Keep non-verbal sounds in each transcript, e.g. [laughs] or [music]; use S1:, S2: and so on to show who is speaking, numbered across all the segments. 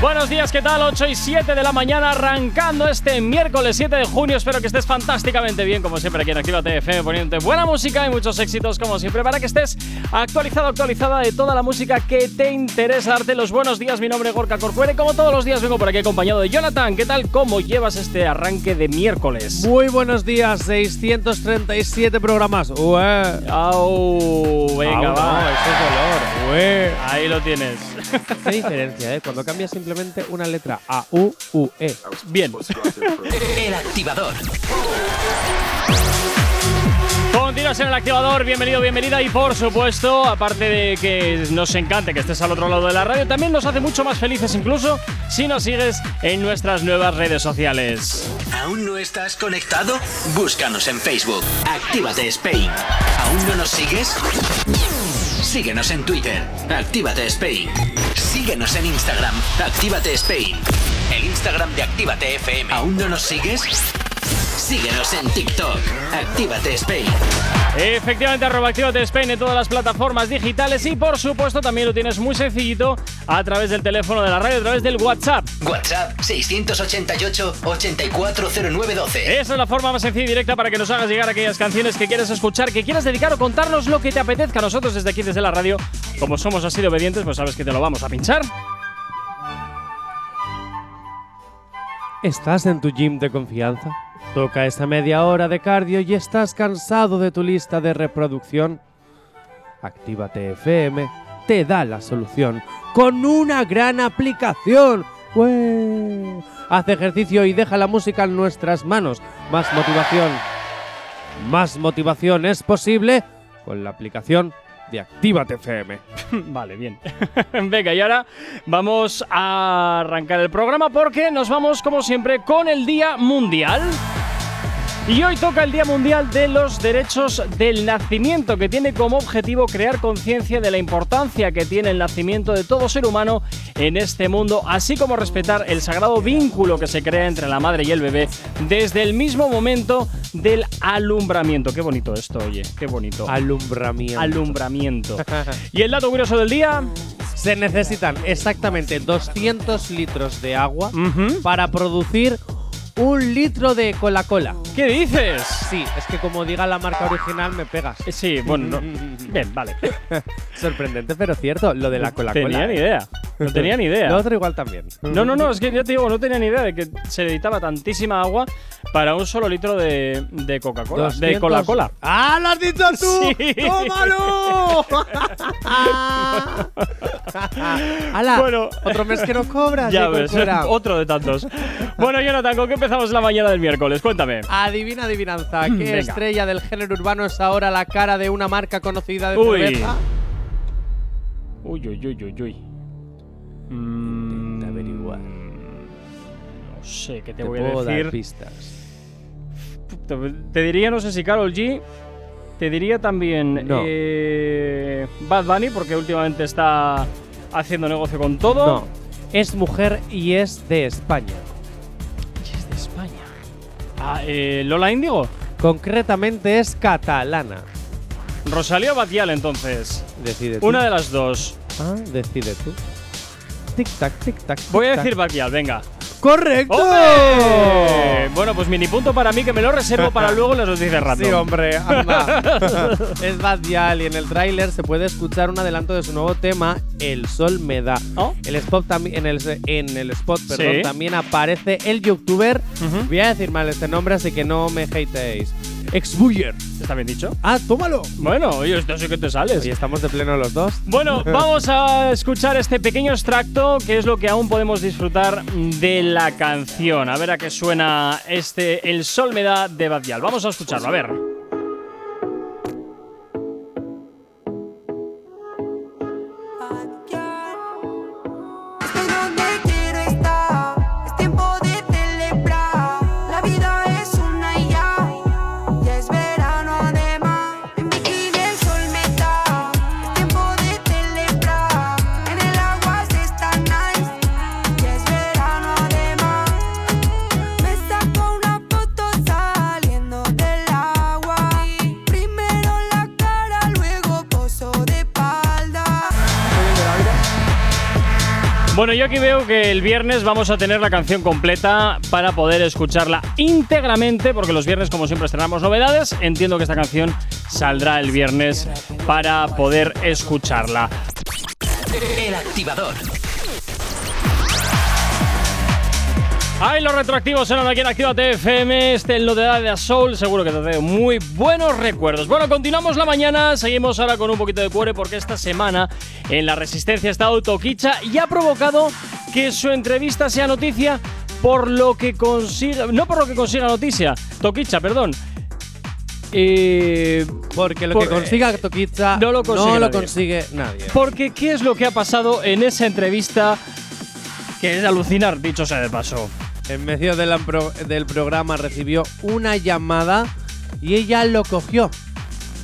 S1: Buenos días, ¿qué tal? 8 y 7 de la mañana, arrancando este miércoles 7 de junio. Espero que estés fantásticamente bien, como siempre, aquí en Actívate FM, poniéndote buena música y muchos éxitos, como siempre, para que estés actualizado, actualizada de toda la música que te interesa. Darte los buenos días, mi nombre es Gorka Corcuere. Como todos los días, vengo por aquí acompañado de Jonathan. ¿Qué tal? ¿Cómo llevas este arranque de miércoles?
S2: Muy buenos días, 637 programas. Ué.
S1: ¡Au! Venga,
S2: Au, no,
S1: vamos.
S2: eso es dolor. Ué.
S1: Ahí lo tienes.
S2: [laughs] Qué diferencia, ¿eh? Cuando cambias simplemente una letra a U, U, E.
S1: Bien.
S3: El Activador.
S1: Continuas en el activador, bienvenido, bienvenida y por supuesto, aparte de que nos encante que estés al otro lado de la radio, también nos hace mucho más felices incluso si nos sigues en nuestras nuevas redes sociales.
S3: ¿Aún no estás conectado? Búscanos en Facebook. Actívate Spain. ¿Aún no nos sigues? Síguenos en Twitter. Actívate Spain. Síguenos en Instagram. Actívate Spain. El Instagram de Actívate FM. ¿Aún no nos sigues? Síguenos en TikTok. Actívate Spain.
S1: Efectivamente, arroba Actívate Spain en todas las plataformas digitales y por supuesto también lo tienes muy sencillito a través del teléfono de la radio, a través del WhatsApp.
S3: WhatsApp 688
S2: Eh.
S3: 840912.
S1: Esa es la forma más sencilla y directa para que nos hagas llegar aquellas canciones que quieres escuchar, que quieras dedicar o contarnos lo que te apetezca a nosotros desde aquí, desde la radio. Como somos así de obedientes, pues sabes que te lo vamos a pinchar.
S2: ¿Estás en tu gym de confianza? Toca esta media hora de cardio y estás cansado de tu lista de reproducción. Actívate FM te da la solución con una gran aplicación. Ué. Haz ejercicio y deja la música en nuestras manos. Más motivación. Más motivación es posible con la aplicación de Actívate FM.
S1: [laughs] Vale, bien. [laughs] Venga, y ahora vamos a arrancar el programa porque nos vamos, como siempre, con el Día Mundial. Y hoy toca el Día Mundial de los Derechos del Nacimiento, que tiene como objetivo crear conciencia de la importancia que tiene el nacimiento de todo ser humano en este mundo, así como respetar el sagrado vínculo que se crea entre la madre y el bebé desde el mismo momento del alumbramiento. Qué bonito esto, oye, qué
S2: [laughs]
S1: bonito.
S2: Alumbramiento.
S1: alumbramiento. [laughs] y el dato curioso del día.
S2: [laughs] Se necesitan exactamente 200 litros de agua
S1: Ujú.
S2: para producir un litro de Coca-Cola.
S1: ¿Qué dices?
S2: Sí, es que como diga la marca original me pegas.
S1: Eh, Sí, bueno, no. Bien, vale.
S2: Sorprendente, pero cierto, lo de la Coca-Cola. ¿eh?
S1: Tenía ni idea. No tenía ni [laughs] idea.
S2: Lo otro igual también.
S1: No, no, no, es que ya te digo, no tenía ni idea de que se necesitaba tantísima agua para un solo litro de, de Coca-Cola.
S2: 200
S1: De Coca-Cola.
S2: ¡Ah, lo has dicho tú! [laughs]
S1: Sí.
S2: ¡Tómalo! ¡Hala!
S1: Bueno.
S2: otro mes que no cobras.
S1: Ya
S2: de
S1: ves,
S2: Corcuera.
S1: [laughs] otro de tantos. Bueno, Jonathan, ¿con qué empezamos la mañana del miércoles? Cuéntame.
S2: Adivina adivinanza, ¿qué
S1: venga.
S2: estrella del género urbano es ahora la cara de una marca conocida de
S1: Uy.
S2: cerveza?
S1: Uy, uy, uy, uy, uy. Mm,
S2: Intenta averiguar.
S1: No sé, ¿qué te, voy a decir?
S2: pistas.
S1: Te, te diría, no sé si Carol G. Te diría también
S2: No.
S1: eh, Bad Bunny, porque últimamente está haciendo negocio con todo.
S2: No, es mujer y es de España.
S1: Y es de España. Ah, eh, Lola Índigo.
S2: Concretamente es catalana.
S1: Rosalía o Batial, entonces.
S2: Decide tú.
S1: Una de las dos.
S2: Ah, decide tú. Tic tac, tic tac.
S1: Voy a
S2: tic-tac.
S1: decir Batial, venga.
S2: correcto.
S1: ¡Hombre! Bueno, pues mini punto para mí que me lo reservo para luego en las noticias rato.
S2: Sí, hombre, anda. [laughs] es Bad Gyal y en el tráiler se puede escuchar un adelanto de su nuevo tema, El Sol me da.
S1: Oh.
S2: El spot también en el, en el spot, perdón,
S1: Sí.
S2: también aparece el youtuber.
S1: Ujú.
S2: Voy a decir mal este nombre, así que no me hateéis. Exbuyer.
S1: ¿Está bien dicho?
S2: Ah, tómalo.
S1: Bueno, oye, esto sí que te sales.
S2: Y estamos de pleno los dos. [laughs]
S1: Bueno, vamos a escuchar este pequeño extracto que es lo que aún podemos disfrutar de la canción. A ver a qué suena este El Sol me da de Badial. Vamos a escucharlo, a ver.
S4: Estoy donde quiero estar, es tiempo de celebrar. La vida es una y ya, ya es verano además. En bikini el sol me da, es tiempo de celebrar. En el agua se está nice,
S1: Bueno, yo aquí veo que el viernes vamos a tener la canción completa para poder escucharla íntegramente, porque los viernes, como siempre, estrenamos novedades. Entiendo que esta canción saldrá el viernes para poder escucharla.
S3: El activador.
S1: Ay, los retroactivos eran aquí en Actívate FM, este en lo de Edad de Soul, seguro que te trae muy buenos recuerdos. Bueno, continuamos la mañana, seguimos ahora con un poquito de cuore porque esta semana en la Resistencia ha estado Toquicha y ha provocado que su entrevista sea noticia por lo que consiga, no por lo que consiga noticia, Toquicha, perdón. Eh,
S2: Porque lo
S1: Por-
S2: que consiga Toquicha
S1: no lo consigue nadie.
S2: consigue nadie.
S1: porque ¿qué es lo que ha pasado en esa entrevista? Que es de alucinar, dicho sea de paso.
S2: En medio de la pro- del programa recibió una llamada y ella lo cogió.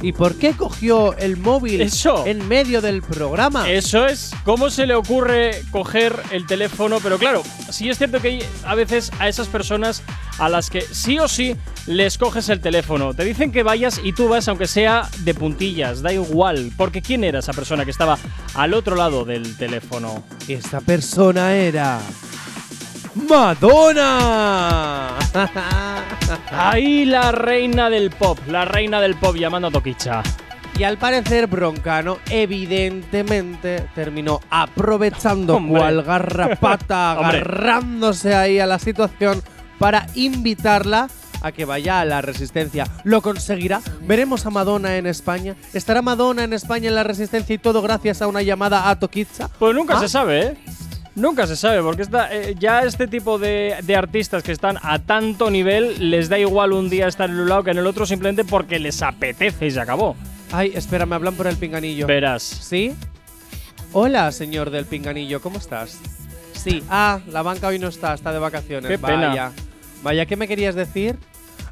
S2: ¿Y por qué cogió el móvil
S1: Eso.
S2: en medio del programa?
S1: Eso es. ¿Cómo se le ocurre coger el teléfono? Pero claro, sí es cierto que hay a veces a esas personas a las que sí o sí les coges el teléfono. Te dicen que vayas y tú vas, aunque sea de puntillas, da igual. Porque ¿quién era esa persona que estaba al otro lado del teléfono?
S2: Esta persona era Madonna.
S1: Ahí la reina del pop, la reina del pop llamando a Toquicha.
S2: [laughs] y al parecer Broncano evidentemente terminó aprovechando
S1: Hombre.
S2: cual garrapata [laughs]
S1: Hombre.
S2: agarrándose ahí a la situación para invitarla a que vaya a la resistencia. ¿Lo conseguirá? ¿Veremos a Madonna en España? ¿Estará Madonna en España en la resistencia y todo gracias a una llamada a Toquicha?
S1: Pues nunca
S2: ¿Ah?
S1: se sabe, ¿eh? Nunca se sabe, porque esta, eh, ya este tipo de, de artistas que están a tanto nivel les da igual un día estar en un lado que en el otro simplemente porque les apetece y se acabó.
S2: Ay, espera, me hablan por el pinganillo.
S1: Verás.
S2: ¿Sí? Hola, señor del pinganillo, ¿cómo estás? Sí. Ah, la banca hoy no está, está de vacaciones.
S1: Qué pena.
S2: Vaya. Vaya, ¿qué me querías decir?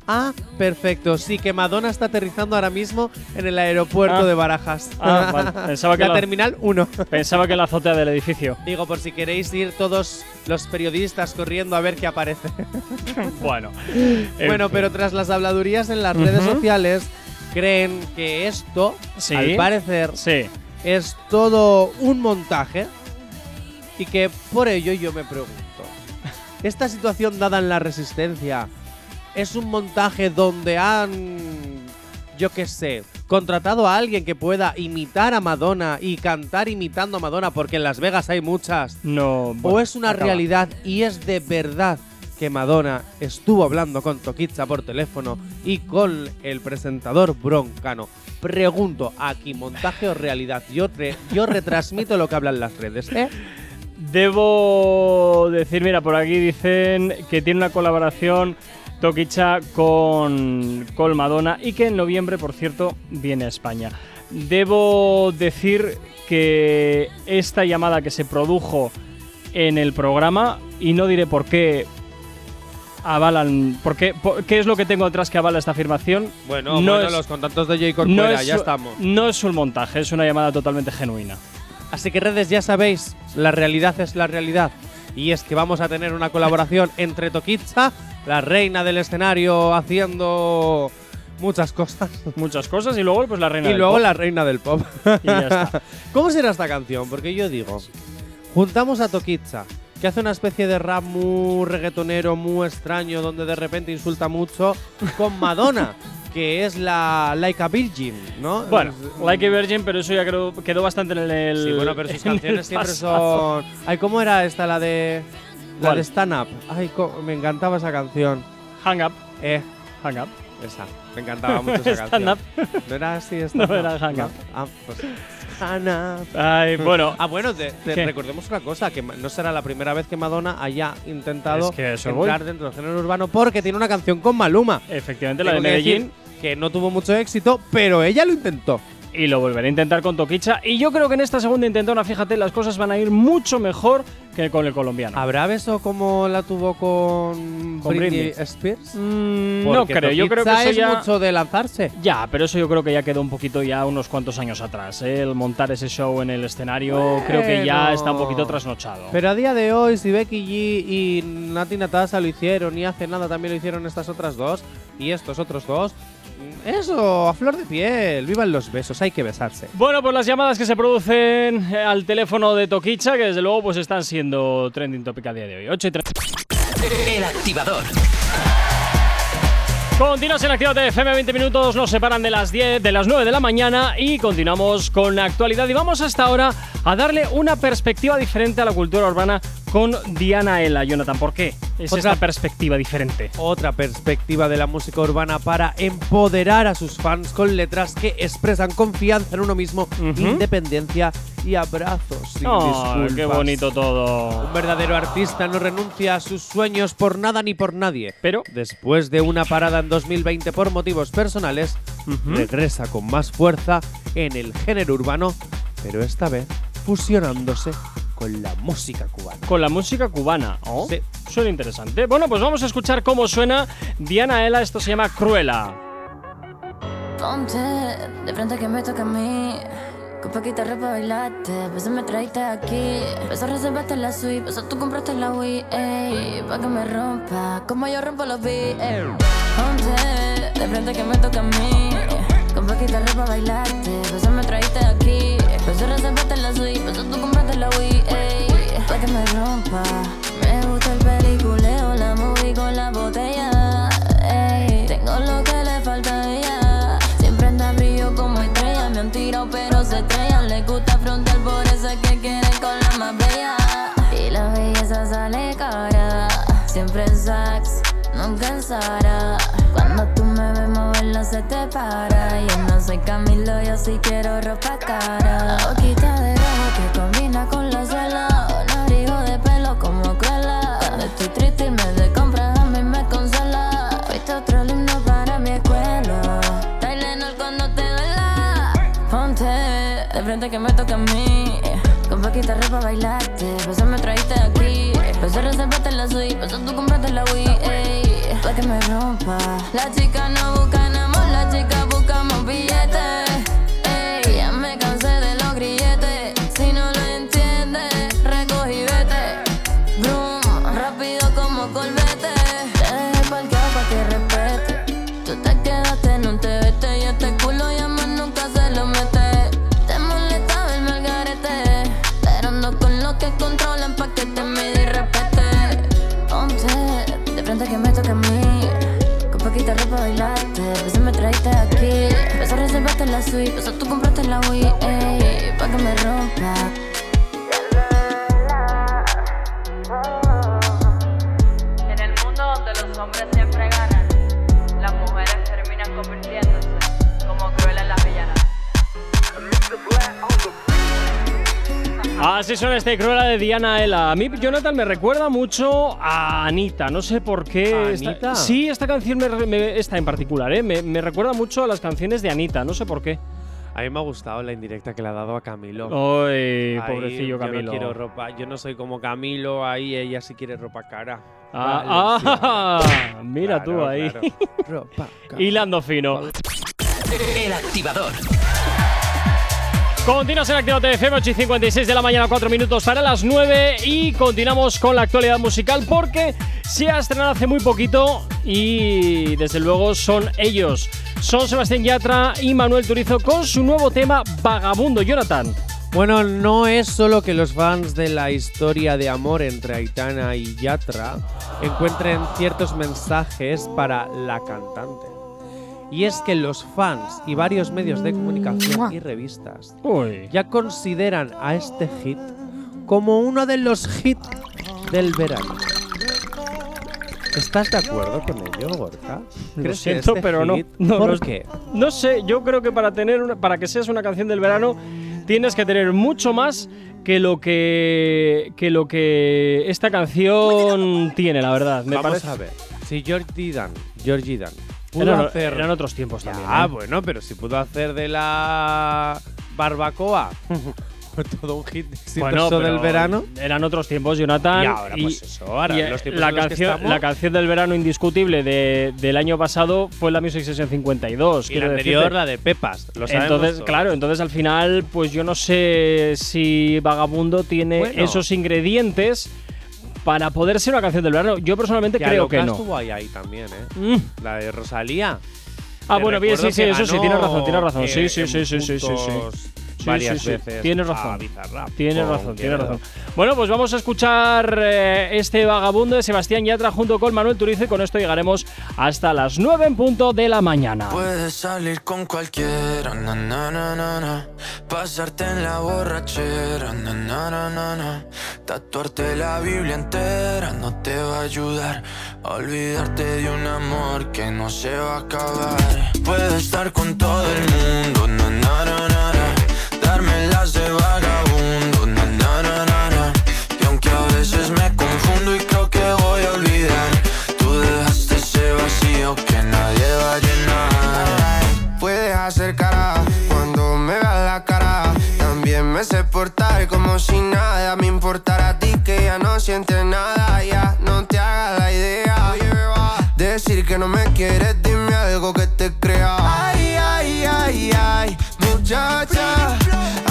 S2: Ah, perfecto. Sí, que Madonna está aterrizando ahora mismo en el aeropuerto
S1: Ah.
S2: de Barajas.
S1: Ah, vale.
S2: [laughs]
S1: Pensaba que
S2: la
S1: la-
S2: terminal 1.
S1: Pensaba que en la azotea del
S2: [laughs]
S1: edificio.
S2: Digo, por si queréis ir todos los periodistas corriendo a ver qué
S1: [laughs]
S2: aparece.
S1: Bueno. en
S2: bueno, pero tras las habladurías en las redes
S1: Ujú.
S2: sociales, creen que esto,
S1: Sí.
S2: al parecer,
S1: Sí.
S2: es todo un montaje y que por ello yo me pregunto, esta situación dada en la resistencia es un montaje donde han, yo qué sé, contratado a alguien que pueda imitar a Madonna y cantar imitando a Madonna porque en Las Vegas hay muchas,
S1: No.
S2: o
S1: bueno,
S2: es una
S1: acaba.
S2: realidad y es de verdad. Que Madonna estuvo hablando con Toquicha por teléfono y con el presentador broncano. Pregunto, aquí montaje o realidad. Yo, re- yo retransmito lo que hablan las redes, ¿eh?
S1: Debo decir, mira, por aquí dicen que tiene una colaboración Toquicha con, con Madonna y que en noviembre, por cierto, viene a España. Debo decir que esta llamada que se produjo en el programa, y no diré por qué avalan, por qué, por- qué es lo que tengo detrás que avala esta afirmación,
S2: Bueno,
S1: No bueno, es- los
S2: los contactos de J.
S1: no,
S2: Corcuera,
S1: es,
S2: ya estamos.
S1: no es un montaje, es una llamada totalmente genuina.
S2: Así que redes, ya sabéis, la realidad es la realidad. Y es que vamos a tener una [laughs] colaboración entre Toquicha, la reina del escenario, haciendo muchas cosas.
S1: Muchas cosas y luego pues la reina
S2: Y
S1: del
S2: luego
S1: pop.
S2: la reina del pop.
S1: [laughs] Y ya está.
S2: [laughs] ¿Cómo será esta canción? Porque yo digo, juntamos a Toquicha, que hace una especie de rap muy reggaetonero, muy extraño, donde de repente insulta mucho, con
S1: [laughs]
S2: Madonna, que es la Like a Virgin, ¿no?
S1: Bueno,
S2: Es-
S1: Like a Virgin, pero eso ya creo- quedó bastante en el.
S2: Sí, bueno, pero sus
S1: [laughs] en el
S2: canciones siempre
S1: pasado.
S2: son. Ay, ¿cómo era esta? La de. La
S1: ¿Cuál?
S2: de Stand Up. Ay, co- me encantaba esa canción.
S1: Hang up,
S2: Eh,
S1: hang up.
S2: esa. Me encantaba mucho esa canción.
S1: [laughs] Stand
S2: ¿No era así?
S1: [laughs] No,
S2: Stand Up?
S1: era Hang Up.
S2: Ah, pues. Stand Up. [laughs]
S1: Ay, [laughs] bueno.
S2: Ah, bueno, te- te
S1: ¿Qué?
S2: recordemos una cosa, que ma- no será la primera vez que Madonna haya intentado
S1: Es que eso voy.
S2: entrar dentro del género urbano porque tiene una canción con Maluma.
S1: efectivamente, la de
S2: Tengo que
S1: Medellín.
S2: decir que no tuvo mucho éxito, pero ella lo intentó.
S1: Y lo volveré a intentar con Toquicha. Y yo creo que en esta segunda intentona, fíjate, las cosas van a ir mucho mejor que con el colombiano.
S2: ¿Habrá beso como la tuvo con,
S1: Con
S2: Britney,
S1: Britney.
S2: Spears?
S1: Mm, no creo, yo creo que eso
S2: es
S1: ya.
S2: mucho de lanzarse.
S1: Ya, pero eso yo creo que ya quedó un poquito ya unos cuantos años atrás. ¿eh? El montar ese show en el escenario creo que ya
S2: Bueno.
S1: está un poquito trasnochado.
S2: Pero a día de hoy, si Becky G y Nati Natasha lo hicieron y hace nada también lo hicieron estas otras dos y estos otros dos, Eso, a flor de piel. Vivan los besos, hay que besarse.
S1: Bueno, pues las llamadas que se producen eh, al teléfono de Toquicha, que desde luego pues están siendo trending topic a día de hoy. 8 y 3.
S3: El activador.
S1: Continuas en Activa FM, 20 minutos nos separan de las 10, de las 9 de la mañana y continuamos con la actualidad. Y vamos hasta ahora a darle una perspectiva diferente a la cultura urbana con Diana Ela. Jonathan, ¿por qué? Es
S2: Otra-
S1: esa perspectiva diferente.
S2: Otra perspectiva de la música urbana para empoderar a sus fans con letras que expresan confianza en uno mismo,
S1: Ujú.
S2: independencia y abrazos. Sin
S1: Oh, qué
S2: disculpas.
S1: bonito todo.
S2: Un verdadero artista no renuncia a sus sueños por nada ni por nadie.
S1: Pero,
S2: Después de una parada en 2020 por motivos personales, regresa con más fuerza en el género urbano, pero esta vez fusionándose con la música cubana.
S1: con la música cubana. Oh,
S2: Sí.
S1: Suena interesante. Bueno, pues vamos a escuchar cómo suena Diana Ela. Esto se llama Cruela.
S5: Ponte de frente que me toca a mí. Con Paquita repa bailaste, pues me traíste aquí. Peso reservaste la suite, peso tú compraste la Wii, ey. Pa' que me rompa, como yo rompo los beats, ey. Ponte de frente que me toca a mí. Con Paquita repa bailaste, pues me traíste aquí. Peso reservaste la suite, peso tú compraste la Wii, ey. Pa' que me rompa. Me gusta el peliculeo, la movie con la botella, ey. Tengo lo que le falta a ella. Siempre anda brillo como estrella. Me han tirado, pero se estrellan. Le gusta afrontar por eso es que quieren con la más bella. Y la belleza sale cara. Siempre en sax, nunca en Zara. Cuando tú me ves moverlo, se te para. Yo no soy Camilo, yo sí quiero ropa cara. Boquita de rojo que combina con la suela. Un abrigo de pelo como cuela. Cuando estoy triste y me de compras, a mí me consola. Fuiste otro alumno para mi escuela. Tylenol cuando te duela. Ponte de frente que me toca a mí. Con poquita ropa bailaste. Pues me traíste aquí. Pues reservaste la suite. Pues tú compraste la Wii. Ey, pa' que me rompa. La chica no busca amor. La chica buscamos billetes. Ey, ya me cansé de los grilletes. Si no lo entiendes, recogí vete. Vroom, rápido como colbete. Te dejé parqueado pa' que respete. Tú te quedaste, no te vete. Y este culo ya más nunca se lo mete. Te molesta verme al garete. Pero ando con los que controlan pa' que te mida y respete. Ponte de frente que me toca a mí. Con poquita ropa bailaste, pues me traíste aquí. Empezó a reservarte la suite, empezó tú compraste la Wii, ey, pa' que me rompa.
S6: En el mundo donde los hombres siempre ganan, las mujeres terminan convirtiéndose como crueles las villanas.
S1: Así suena este Cruela de Diana Ela. A mí, Jonathan, me recuerda mucho a Anita. No sé por qué.
S2: ¿A
S1: esta-
S2: Anita?
S1: sí, esta canción, me, me- esta en particular, ¿eh? me, me recuerda mucho a las canciones de Anita. No sé por qué.
S2: A mí me ha gustado la indirecta que le ha dado a Camilo.
S1: Ay,
S2: Ahí,
S1: pobrecillo
S2: Yo
S1: Camilo.
S2: no quiero ropa, yo no soy como Camilo, ahí ella sí quiere ropa cara.
S1: Ah,
S2: Vale,
S1: ah,
S2: sí.
S1: [laughs] mira tú
S2: Claro,
S1: ahí.
S2: claro. [laughs] Ropa cara.
S1: Hilando fino.
S3: El activador.
S1: Continuas en Activa FM 8 y 56 de la mañana, 4 minutos para las 9 y continuamos con la actualidad musical porque se ha estrenado hace muy poquito y desde luego son ellos. Son Sebastián Yatra y Manuel Turizo con su nuevo tema Vagabundo Jonathan.
S2: Bueno, no es solo que los fans de la historia de amor entre Aitana y Yatra encuentren ciertos mensajes para la cantante. Y es que los fans y varios medios de comunicación y revistas
S1: Uy.
S2: ya consideran a este hit como uno de los hits del verano. ¿Estás de acuerdo con ello, Gorka?
S1: Lo
S2: ¿Crees que este
S1: siento, pero no.
S2: hit-
S1: No,
S2: ¿Por
S1: no-
S2: qué?
S1: No sé, yo creo que para tener una- para que seas una canción del verano tienes que tener mucho más que lo que que lo que esta canción tiene, la verdad. Me
S2: Vamos
S1: parece.
S2: a ver. Si Georgie Dan, Georgie Dan, pudo
S1: Eran,
S2: hacer.
S1: eran otros tiempos también.
S2: ah,
S1: ¿eh?
S2: bueno, pero si pudo hacer de la barbacoa [laughs] todo un hit exitoso
S1: Bueno, pero
S2: del verano.
S1: Eran otros tiempos, Jonathan.
S2: Y ahora, pues eso, ahora, los tiempos
S1: la,
S2: en los que
S1: canción,
S2: estamos.
S1: la canción del verano indiscutible de- del año pasado fue la Music Session 52.
S2: Y la
S1: quiero
S2: anterior,
S1: decirte.
S2: la de Pepas. Lo sabemos
S1: Entonces,
S2: todos.
S1: claro, entonces al final, pues yo no sé si Vagabundo tiene
S2: Bueno.
S1: esos ingredientes para poder ser una canción del verano. Yo personalmente
S2: Y
S1: creo que
S2: Alocas
S1: no.
S2: estuvo ahí, ahí también, ¿eh?
S1: Mm,
S2: La de Rosalía.
S1: Ah,
S7: Te
S1: bueno, bien,
S7: recuerdo
S1: sí, sí,
S7: que
S1: eso sí,
S7: ganó,
S1: tienes razón, tienes razón.
S7: eh,
S1: Sí, sí,
S7: en
S1: sí, sí, sí, sí, sí.
S7: puntos
S1: Sí,
S7: Varias
S1: sí, sí.
S7: veces.
S1: Tienes
S7: a
S1: razón.
S7: Bizarrap,
S1: Tienes
S7: con
S1: razón, tienes
S7: Quevedo.
S1: razón. Bueno, pues vamos a escuchar eh, este vagabundo de Sebastián Yatra junto con Manuel Turizo y con esto llegaremos hasta las 9 en punto de la mañana.
S8: Puedes salir con cualquiera, na, na, na, na, na. pasarte en la borrachera, na, na, na, na, na. tatuarte la Biblia entera no te va a ayudar a olvidarte de un amor que no se va a acabar. Puedes estar con todo el mundo, na, na, na, na, na. darme las de vagabundo, na, na, na, na, na. y aunque a veces me confundo y creo que voy a olvidar, tú dejaste ese vacío que nadie va a llenar.
S4: Puedes hacer cara cuando me veas la cara. También me sé portar como si nada me importara a ti que ya no sientes nada. Ya no te hagas la idea. Decir que no me quieres, dime algo que te crea. Ay, ay, ay, ay, muchacha.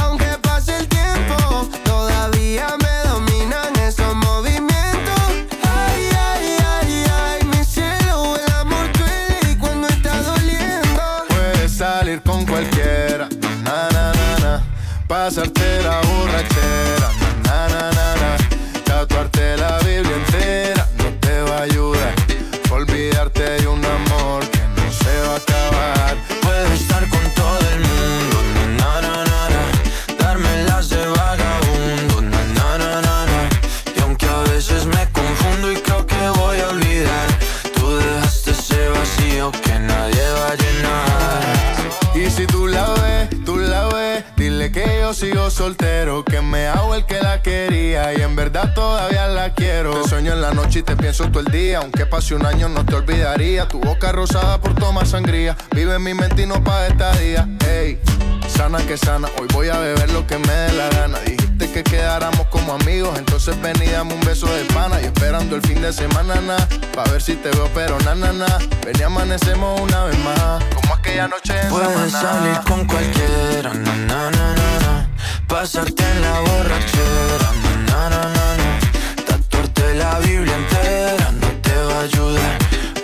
S4: Aunque pase el tiempo, todavía me dominan esos movimientos. Ay, ay, ay, ay, mi cielo, el amor duele y cuando está doliendo.
S9: Puedes salir con cualquiera, na, na, na, na. pasarte la borrachera, na, na, na, na, na. tatuarte la Biblia entera no te va a ayudar. Olvidarte de un amor que no se va a acabar.
S8: Puedo estar con todo el mundo, na na na na. Darme las de vagabundo, na na na na na. Y aunque a veces me confundo y creo que voy a olvidar, tú dejaste ese vacío que nadie va a llenar.
S9: Y si tú la ves, tú la ves, dile que yo sigo soltero, que me hago el que la quería y en verdad todavía la quiero. Te sueño en la noche y te pienso todo el día, aunque pase un año no te olvidaría. Tu boca rosada por tomar sangría, vive en mi mente y no pa' esta día. Ey, sana que sana, hoy voy a beber lo que me dé la gana. Dijiste que quedáramos como amigos, entonces ven y dame un beso de pana. Y esperando el fin de semana, na, pa' ver si te veo, pero na, na, na. Ven y amanecemos una vez más, como aquella noche en
S8: Puedes
S9: Samaná.
S8: salir con cualquiera, na na na na na. Pasarte en la borrachera, na na na na na. Tatuarte la Biblia entera no te va a ayudar.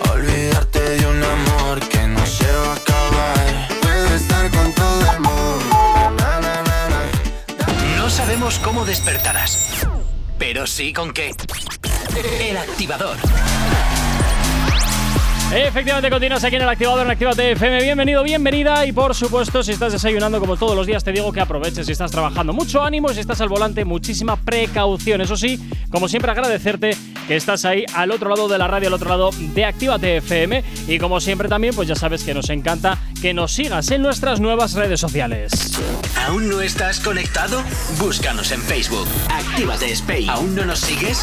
S8: a Olvidarte de un amor que no se va a acabar.
S4: Puedo estar con todo el mundo. Na, na, na, na.
S3: No sabemos cómo despertarás, pero sí con qué. El activador.
S1: Efectivamente, continúas aquí en el activador en Actívate FM. Bienvenido, bienvenida. Y por supuesto, si estás desayunando como todos los días, te digo que aproveches. Si estás trabajando, mucho ánimo. y Si estás al volante, muchísima precaución. Eso sí, como siempre, agradecerte que estás ahí al otro lado de la radio, al otro lado de Actívate FM. Y como siempre, también, pues ya sabes que nos encanta que nos sigas en nuestras nuevas redes sociales.
S3: ¿Aún no estás conectado? Búscanos en Facebook. Actívate Spain. ¿Aún no nos sigues?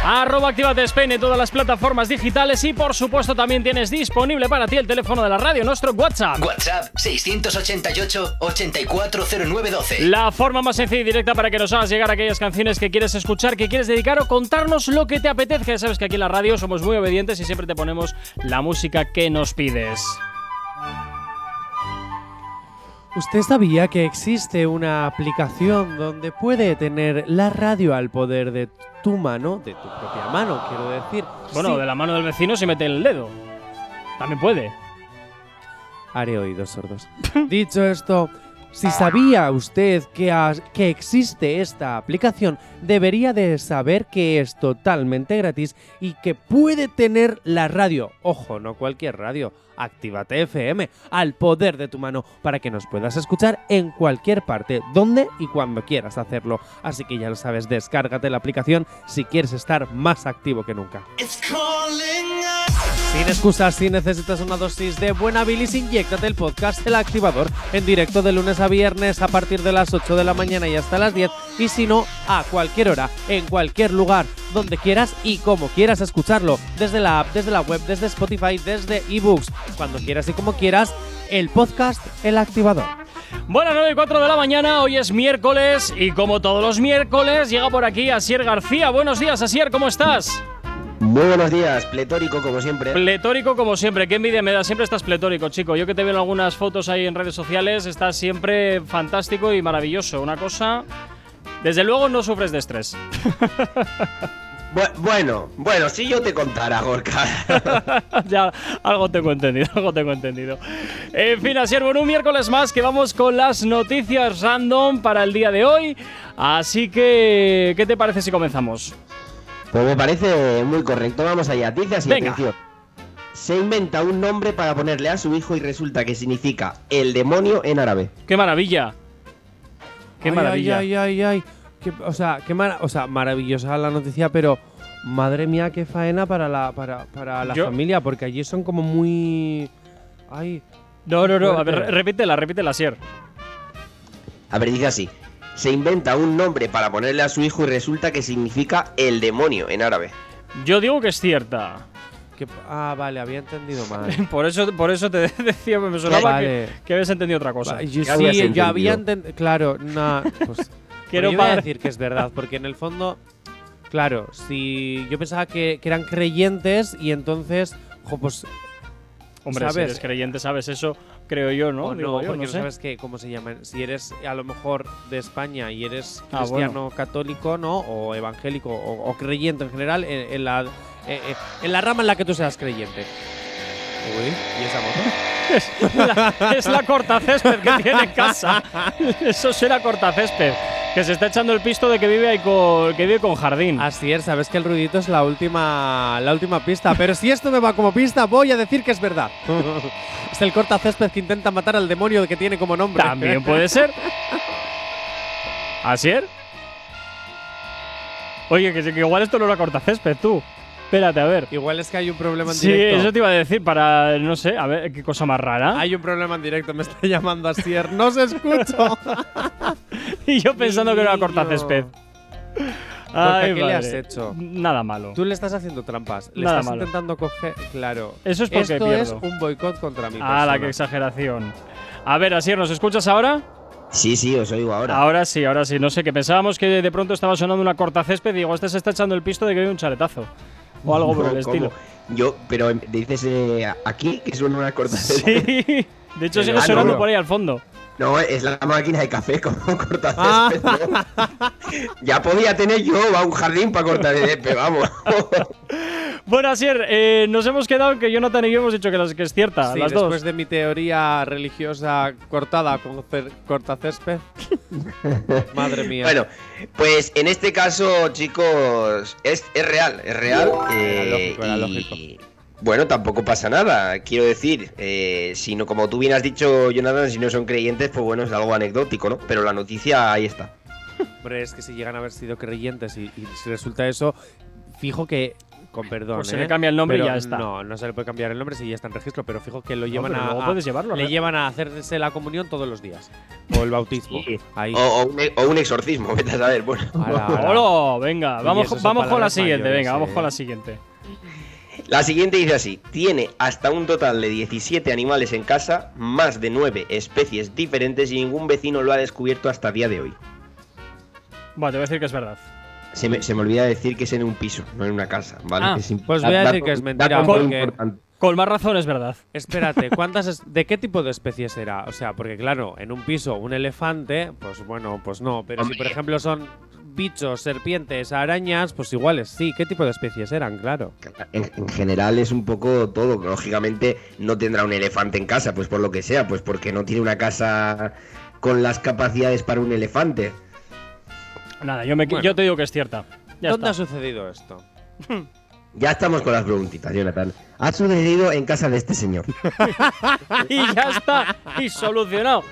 S1: Arroba Actívate Spain en todas las plataformas digitales. Y por supuesto, también tienes disponible para ti el teléfono de la radio, nuestro WhatsApp.
S3: WhatsApp 688 840912.
S1: La forma más sencilla y directa para que nos hagas llegar aquellas canciones que quieres escuchar, que quieres dedicar o contarnos lo que te apetezca. Ya sabes que aquí en la radio somos muy obedientes y siempre te ponemos la música que nos pides.
S2: ¿Usted sabía que existe una aplicación donde puede tener la radio al poder de tu mano, de tu propia mano, quiero decir?
S1: Bueno,
S2: Sí.
S1: de la mano del vecino se mete el dedo. También puede.
S2: Haré oídos sordos. [laughs] Dicho esto, si sabía usted que, as- que existe esta aplicación, debería de saber que es totalmente gratis y que puede tener la radio, ojo, no cualquier radio, Actívate FM, al poder de tu mano, para que nos puedas escuchar en cualquier parte, donde y cuando quieras hacerlo. Así que ya lo sabes, descárgate la aplicación si quieres estar más activo que nunca. Sin excusas, si necesitas una dosis de buena bilis, inyectate el podcast El Activador en directo de lunes a viernes a partir de las 8 de la mañana y hasta las 10 y si no, a cualquier hora, en cualquier lugar, donde quieras y como quieras escucharlo, desde la app, desde la web, desde Spotify, desde ebooks, cuando quieras y como quieras, el podcast El Activador.
S1: Bueno, 9 y 4 de la mañana, hoy es miércoles y como todos los miércoles llega por aquí Asier García. Buenos días, Asier, ¿cómo estás?
S7: Muy buenos días, pletórico como siempre.
S1: Pletórico como siempre, qué envidia me da, siempre estás pletórico, chico. Yo que te veo en algunas fotos ahí en redes sociales, estás siempre fantástico y maravilloso. Una cosa, desde luego no sufres de estrés.
S7: [laughs] Bu- bueno, bueno, si yo te contara, Gorka.
S1: [laughs] ya, algo tengo entendido, algo tengo entendido. En fin, así es, bueno, un miércoles más que vamos con las noticias random para el día de hoy. Así que, ¿qué te parece si comenzamos?
S7: pues me parece muy correcto, vamos allá. Dice así,
S1: Venga.
S7: atención. Se inventa un nombre para ponerle a su hijo y resulta que significa el demonio en árabe.
S1: ¡Qué maravilla! ¡Qué
S2: Ay,
S1: maravilla!
S2: Ay, ay, ay, ay. Qué- o sea, qué mara- o sea, maravillosa la noticia, pero madre mía, qué faena para la, para, para la
S1: Yo-
S2: familia, porque allí son como muy. Ay.
S1: No, no, no, a ver,
S2: Fuerte.
S1: repítela, repítela, Sier.
S7: A ver, dice así. Se inventa un nombre para ponerle a su hijo y resulta que significa el demonio en árabe.
S1: Yo digo que es cierta.
S2: qué- ah, vale, había
S1: [laughs]
S2: entendido mal.
S1: Por eso, por eso te [laughs] decía, me sonaba
S2: Vale.
S1: que, que habías entendido otra cosa.
S2: Va, yo
S7: ¿qué habías
S2: sí, yo
S7: entendido?
S2: había entendido. Claro, no.
S1: [laughs]
S2: Pues,
S1: Quiero
S2: pero iba a
S1: pa-
S2: decir que es verdad, porque en el fondo. Claro, si yo pensaba que, que eran creyentes y entonces. jo, pues.
S1: Hombre, si
S2: ¿sabes?
S1: eres creyente, sabes eso, creo yo, ¿no?
S2: o
S1: Digo yo,
S2: porque
S1: no
S2: no
S1: sé.
S2: sabes que, cómo se llaman. Si eres a lo mejor de España y eres
S1: Ah, bueno.
S2: cristiano católico, ¿no? O evangélico o, o creyente en general, en, en la, eh, eh, en la rama en la que tú seas creyente. Uy, ¿y esa moto? [laughs]
S1: La- [laughs] es la cortacésped que tiene en [laughs] casa. Eso será cortacésped. Que se está echando el pisto de que vive ahí con, que vive con jardín.
S2: Así es, sabes que el ruidito es la última, la última pista. Pero si esto me va como pista, voy a decir que es
S1: [laughs]
S2: verdad. es el cortacésped que intenta matar al demonio que tiene como nombre.
S1: También puede ser. ¿Asier? Oye, que, que igual esto no era cortacésped, tú. Espérate, a ver.
S2: [laughs] Igual es que hay un problema en
S1: Sí,
S2: directo.
S1: eso te iba a decir para, no sé, a ver, qué cosa más rara.
S2: Hay un problema en directo, me está llamando Asier. ¡No se escucho!
S1: y [laughs] yo pensando que no era
S2: niño.
S1: cortacésped.
S2: Gorka,
S1: Ay,
S2: ¿qué le has
S1: madre.
S2: hecho?
S1: Nada malo.
S2: [laughs] Tú le estás haciendo trampas. Le
S1: Nada
S2: estás
S1: malo.
S2: intentando coger. Claro.
S1: Eso es porque
S2: Esto
S1: pierdo.
S2: es un boicot contra mi persona.
S1: Ah, la que exageración. A ver, Asier, ¿nos escuchas ahora?
S7: Sí, sí, os oigo ahora.
S1: Ahora sí, ahora sí. No sé, que pensábamos que de pronto estaba sonando una cortacésped y digo, este se está echando el pisto de que hay un charetazo. O algo por
S7: No,
S1: el
S7: ¿cómo?
S1: estilo.
S7: Yo, pero em, dices eh, a- aquí que suena una corta.
S1: Sí. De
S7: [laughs]
S1: hecho,
S7: Ah,
S1: sigue
S7: no,
S1: sonando
S7: no.
S1: por ahí al fondo.
S7: No, es la máquina de café como corta
S2: [laughs] Ah.
S7: ya podía tener yo va, un jardín para cortar el césped, vamos.
S1: Bueno, Asier, eh, nos hemos quedado que Jonathan y yo hemos dicho que, las- que es cierta,
S2: Sí,
S1: [laughs] las
S2: después
S1: dos.
S2: de mi teoría religiosa cortada con cer-
S7: [laughs]
S2: cortacésped. Madre mía.
S7: bueno, pues en este caso, chicos, es, es real, es real. eh,
S2: lógico, era
S7: y- Bueno, tampoco pasa nada, quiero decir, eh, si no- como tú bien has dicho, Jonathan, si no son creyentes, pues bueno, es algo anecdótico, ¿no? Pero la noticia ahí está.
S2: Hombre, es que si llegan a haber sido creyentes y, y si resulta eso, fijo que. Con perdón.
S1: Pues se
S2: ¿eh?
S1: le cambia el nombre y
S2: Pero
S1: ya está.
S2: No, no se le puede cambiar el nombre si ya está en registro, pero fijo que lo llevan
S1: pero
S2: a.
S1: luego
S2: a-
S1: puedes llevarlo, ¿eh?
S2: le
S1: ¿verdad?
S2: llevan a hacerse la comunión todos los días. O el bautismo.
S7: Sí.
S2: Ahí.
S7: O, o un, o un exorcismo, [laughs] vete a saber, bueno.
S2: Ala, ala.
S1: ¡Hola! Venga,
S2: Oye,
S1: vamos,
S2: eso son
S1: vamos con la
S2: palabras
S1: siguiente.
S2: mayores,
S1: venga, vamos
S2: eh.
S1: con la siguiente.
S7: La siguiente dice así: tiene hasta un total de 17 animales en casa, más de 9 especies diferentes y ningún vecino lo ha descubierto hasta día de hoy.
S1: Bueno, te voy a decir que es verdad.
S7: Se me, se me olvida decir que es en un piso, no en una casa, ¿vale?
S1: Ah,
S7: Que es imp-
S2: pues voy a
S7: dato-
S2: decir que es mentira,
S7: dato muy
S2: porque-
S7: importante.
S1: Con más razón es verdad.
S2: Espérate, ¿cuántas es- ¿de qué tipo de especies era? O sea, porque claro, en un piso un elefante, pues bueno, pues no. Pero si por ejemplo son bichos, serpientes, arañas, pues iguales sí. ¿Qué tipo de especies eran? Claro.
S7: En, en general es un poco todo. Lógicamente no tendrá un elefante en casa, pues por lo que sea, pues porque no tiene una casa con las capacidades para un elefante.
S1: Nada, yo, me, qui-
S2: Bueno.
S1: yo te digo que es cierta. Ya
S2: ¿Dónde
S1: está.
S2: ha sucedido esto?
S7: Ya estamos con las preguntitas, Jonathan. Ha sucedido en casa de este señor.
S1: [laughs] y ya está. Y solucionado.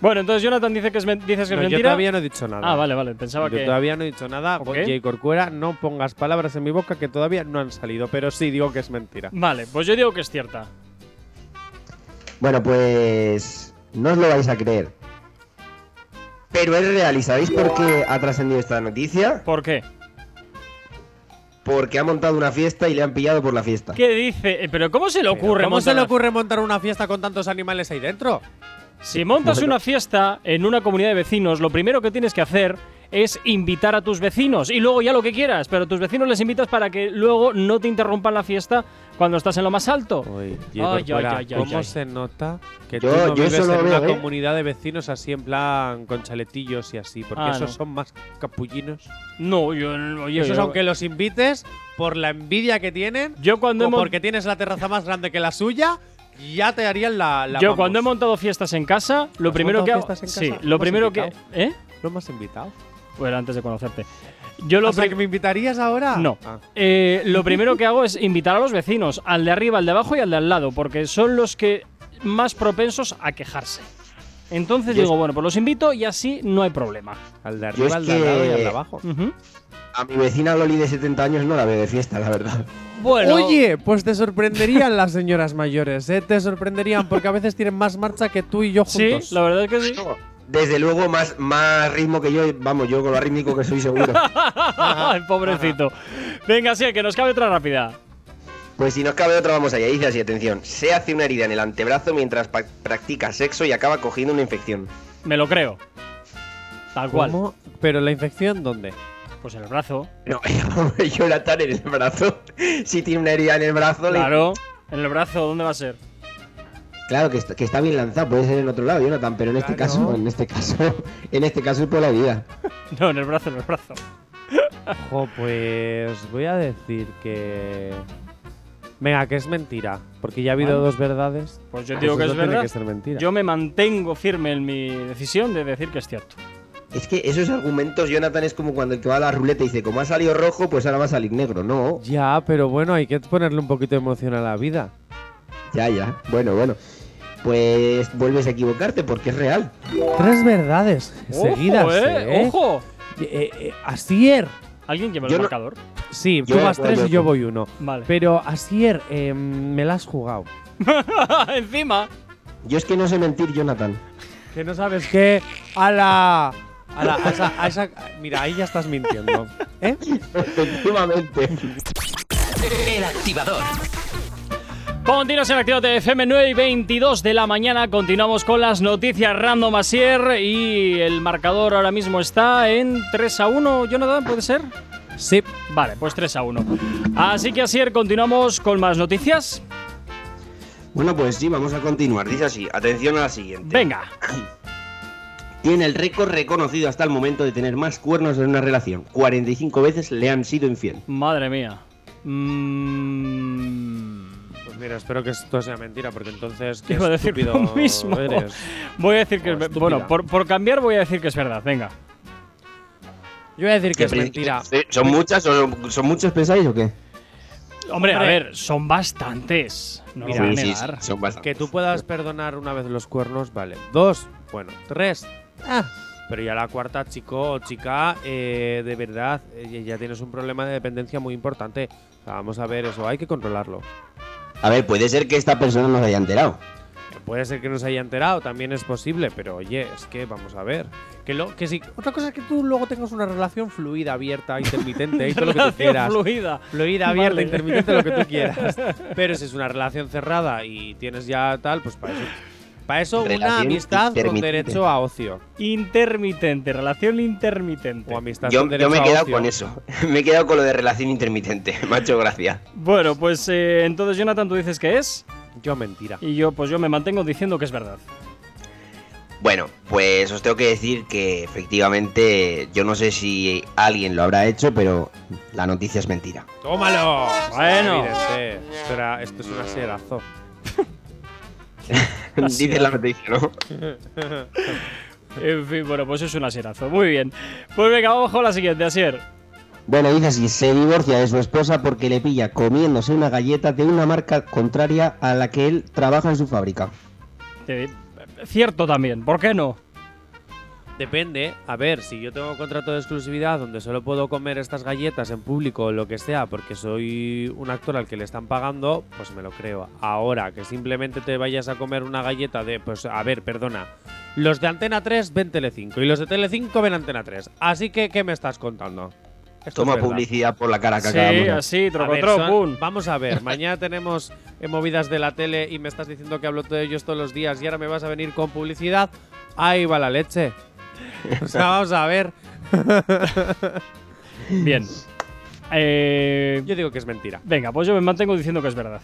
S1: Bueno, entonces Jonathan dice que es, men- dices que
S2: No,
S1: es
S2: yo
S1: mentira.
S2: todavía no he dicho nada.
S1: Ah, vale, vale. Pensaba
S2: Yo
S1: que.
S2: todavía no he dicho nada.
S1: Ok.
S2: Jay Corcuera, no pongas palabras en mi boca que todavía no han salido, pero sí digo que es mentira.
S1: Vale, pues yo digo que es cierta.
S7: Bueno, pues no os lo vais a creer. Pero es real, ¿y sabéis por qué ha trascendido esta noticia?
S1: ¿Por qué?
S7: Porque ha montado una fiesta y le han pillado por la fiesta.
S1: ¿Qué dice? Eh, ¿Pero cómo se le ocurre?
S2: ¿Cómo se
S1: montar
S2: le
S1: una-
S2: ocurre montar una fiesta con tantos animales ahí dentro?
S1: Si montas una fiesta en una comunidad de vecinos, lo primero que tienes que hacer es invitar a tus vecinos y luego ya lo que quieras, pero a tus vecinos les invitas para que luego no te interrumpan la fiesta cuando estás en lo más alto.
S2: Oye,
S1: Ay, ay,
S2: Corcuera,
S1: ay, ay,
S2: ¿cómo
S1: ay.
S2: se nota que
S7: Yo-
S2: tú no
S7: yo
S2: vives
S7: eso lo
S2: en una
S7: veo, ¿eh?
S2: comunidad de vecinos así en plan con chaletillos y así? Porque
S1: Ah,
S2: esos
S1: no.
S2: son más capullinos.
S1: No, yo no-
S2: Y
S1: oye,
S2: esos,
S1: yo-
S2: aunque los invites, por la envidia que tienen,
S1: yo cuando
S2: o
S1: hemos-
S2: porque tienes la terraza más grande que la suya, ya te harían la. la
S1: yo
S2: vamos.
S1: cuando he montado fiestas en casa, lo
S2: ¿Has
S1: primero que hago,
S2: montado fiestas en
S1: sí,
S2: casa?
S1: lo
S2: ¿Has
S1: primero que,
S2: invitado?
S1: ¿eh?
S2: ¿No me has invitado?
S1: Bueno, antes de conocerte, yo lo
S2: o sea,
S1: pri-
S2: que me invitarías ahora?
S1: No.
S2: Ah.
S1: Eh, lo primero que hago es invitar a los vecinos, al de arriba, al de abajo y al de al lado, porque son los que más propensos a quejarse. Entonces
S7: Yo es-
S1: digo, bueno, pues los invito y así no hay problema.
S2: Al de
S7: Yo es
S2: arriba, al de al lado y
S7: que-
S2: al de abajo.
S1: Ujú.
S7: A mi vecina Loli de 70 años no la veo de fiesta, la verdad.
S1: Bueno,
S2: Oye, pues te sorprenderían las señoras mayores, ¿eh? Te sorprenderían porque a veces tienen más marcha que tú y yo
S1: sí,
S2: juntos.
S1: la verdad es que sí.
S7: Desde luego, más, más ritmo que yo, vamos, yo con lo rítmico que soy seguro.
S1: [laughs] Ay, pobrecito. Venga, sí, que nos cabe otra rápida.
S7: Pues si nos cabe otra, vamos allá. Dice así, atención. Se hace una herida en el antebrazo mientras pa- practica sexo y acaba cogiendo una infección.
S1: Me lo creo. Tal cual.
S2: ¿Cómo? ¿Pero la infección dónde?
S1: Pues en el brazo.
S7: No, hombre, Jonathan en el brazo. [laughs] Si tiene una herida en el brazo, le-
S1: Claro. En el brazo, ¿dónde va a ser?
S7: Claro, que está, que está bien lanzado, puede ser en otro lado, Jonathan, pero en este
S2: Claro.
S7: caso, en este caso, [laughs] en este caso es por la herida.
S1: No, en el brazo, en el brazo.
S2: Ojo, pues voy a decir que. Venga, que es mentira. Porque ya ha habido
S1: Bueno.
S2: dos verdades.
S1: Pues yo
S2: Pues
S1: digo que
S2: eso
S1: es
S2: Tiene
S1: verdad.
S2: que ser mentira.
S1: Yo me mantengo firme en mi decisión de decir que es cierto.
S7: Es que esos argumentos, Jonathan, es como cuando el que va a la ruleta y dice, como ha salido rojo, pues ahora va a salir negro. No,
S2: Ya, pero bueno, hay que ponerle un poquito de emoción a la vida.
S7: ya, ya. Bueno, bueno. Pues vuelves a equivocarte porque es real.
S2: Tres verdades seguidas.
S1: Ojo,
S2: ¿eh?
S1: eh. Ojo.
S2: Eh, eh, Asier.
S1: ¿Alguien lleva
S7: Yo no-
S1: el
S2: [laughs]
S1: marcador?
S2: Sí,
S7: Yo
S2: tú vas
S7: voy,
S2: tres
S7: yo
S2: y yo
S7: voy.
S2: voy uno.
S1: Vale.
S2: Pero Asier, eh, me la has jugado. ¡Ah,
S1: Encima.
S7: Yo es que no sé mentir, Jonathan.
S2: Que no sabes qué. A la. A la. a esa- a esa- mira, ahí ya estás mintiendo. ¿Eh?
S7: Efectivamente.
S3: El activador.
S1: Continuamos en activo de FM 9 y 22 de la mañana. Continuamos con las noticias random Asier. Y el marcador ahora mismo está en 3 a 1. Jonathan, ¿puede ser?
S2: Sí.
S1: Vale, pues 3 a 1. Así que Asier, continuamos con más noticias.
S7: Bueno, pues sí, vamos a continuar. Dice así, atención a la siguiente.
S1: Venga.
S7: Tiene el récord reconocido hasta el momento de tener más cuernos en una relación. 45 veces le han sido infiel.
S1: Madre mía. Mm.
S2: Pues mira, espero que esto sea mentira, porque entonces.
S1: qué Iba a decir lo estúpido mismo. eres. Voy a decir que
S2: Oh,
S1: es ve-
S2: estúpida.
S1: Bueno, por, por cambiar voy a decir que es verdad. Venga.
S2: Yo voy a decir que es
S7: Siempre-
S2: mentira.
S7: eh, ¿Son muchas? ¿Son, son muchos pensáis o qué?
S1: Hombre, a
S2: Hombre.
S1: ver, son bastantes. No lo
S2: Mira,
S1: voy a
S7: Sí, sí,
S1: negar.
S7: sí, son bastantes.
S2: Que tú puedas perdonar una vez los cuernos, vale. Dos, bueno, tres. Ah, pero ya la cuarta, chico o chica, eh, de verdad, eh, ya tienes un problema de dependencia muy importante. O sea, vamos a ver eso, hay que controlarlo.
S7: A ver, puede ser que esta persona nos haya enterado.
S2: Que Puede ser que no se haya enterado, también es posible, pero oye, es que vamos a ver. Que, lo, que si, otra cosa es que tú luego tengas una relación fluida, abierta, [laughs] intermitente y todo lo que tú
S1: Relación
S2: quieras.
S1: fluida.
S2: Fluida, abierta,
S1: Vale.
S2: intermitente, lo que tú quieras. [laughs] Pero si es una relación cerrada y tienes ya tal, pues para eso, para eso una
S7: Relación
S2: amistad con
S7: intermitente.
S2: derecho a ocio.
S1: Intermitente, relación intermitente.
S2: O amistad
S7: Yo,
S2: con derecho
S7: yo me he
S2: a
S7: quedado
S2: ocio.
S7: con eso. [laughs] Me he quedado con lo de relación intermitente. [laughs] Macho, gracias.
S1: Bueno, pues eh, entonces Jonathan tú dices que es
S2: Yo mentira.
S1: y yo pues yo me mantengo diciendo que es verdad.
S7: Bueno, pues os tengo que decir que efectivamente yo no sé si alguien lo habrá hecho, pero la noticia es mentira.
S2: ¡Tómalo!
S1: Bueno.
S2: Evidente. Esto, era- esto es un
S7: [laughs]
S2: aserazo.
S7: Dice la noticia, ¿no?
S2: [laughs]
S1: En fin, bueno, pues es un aserazo. Muy bien. Pues venga, vamos con la siguiente, Asier.
S7: Bueno, dice así, se divorcia de su esposa porque le pilla comiéndose una galleta de una marca contraria a la que él trabaja en su fábrica.
S1: Te- Cierto también, ¿por qué no?
S2: Depende, a ver, si yo tengo contrato de exclusividad donde solo puedo comer estas galletas en público o lo que sea porque soy un actor al que le están pagando, pues me lo creo. Ahora, que simplemente te vayas a comer una galleta de, pues a ver, perdona, los de Antena 3 ven Telecinco y los de Telecinco ven Antena 3. Así que, ¿qué me estás contando? Esto es
S7: Toma
S2: verdad.
S7: publicidad por la cara que
S1: Sí,
S7: acabamos. de-
S1: así,
S2: A ver,
S1: trocotro,
S2: son-
S1: pum.
S2: Vamos a
S1: [laughs]
S2: ver, mañana tenemos eh, movidas de la tele y me estás diciendo que hablo de ellos todos los días y ahora me vas a venir con publicidad. Ahí va la leche. O sea, vamos a ver.
S1: [laughs] Bien. Eh,
S2: Yo digo que es mentira.
S1: venga, pues yo me mantengo diciendo que es verdad.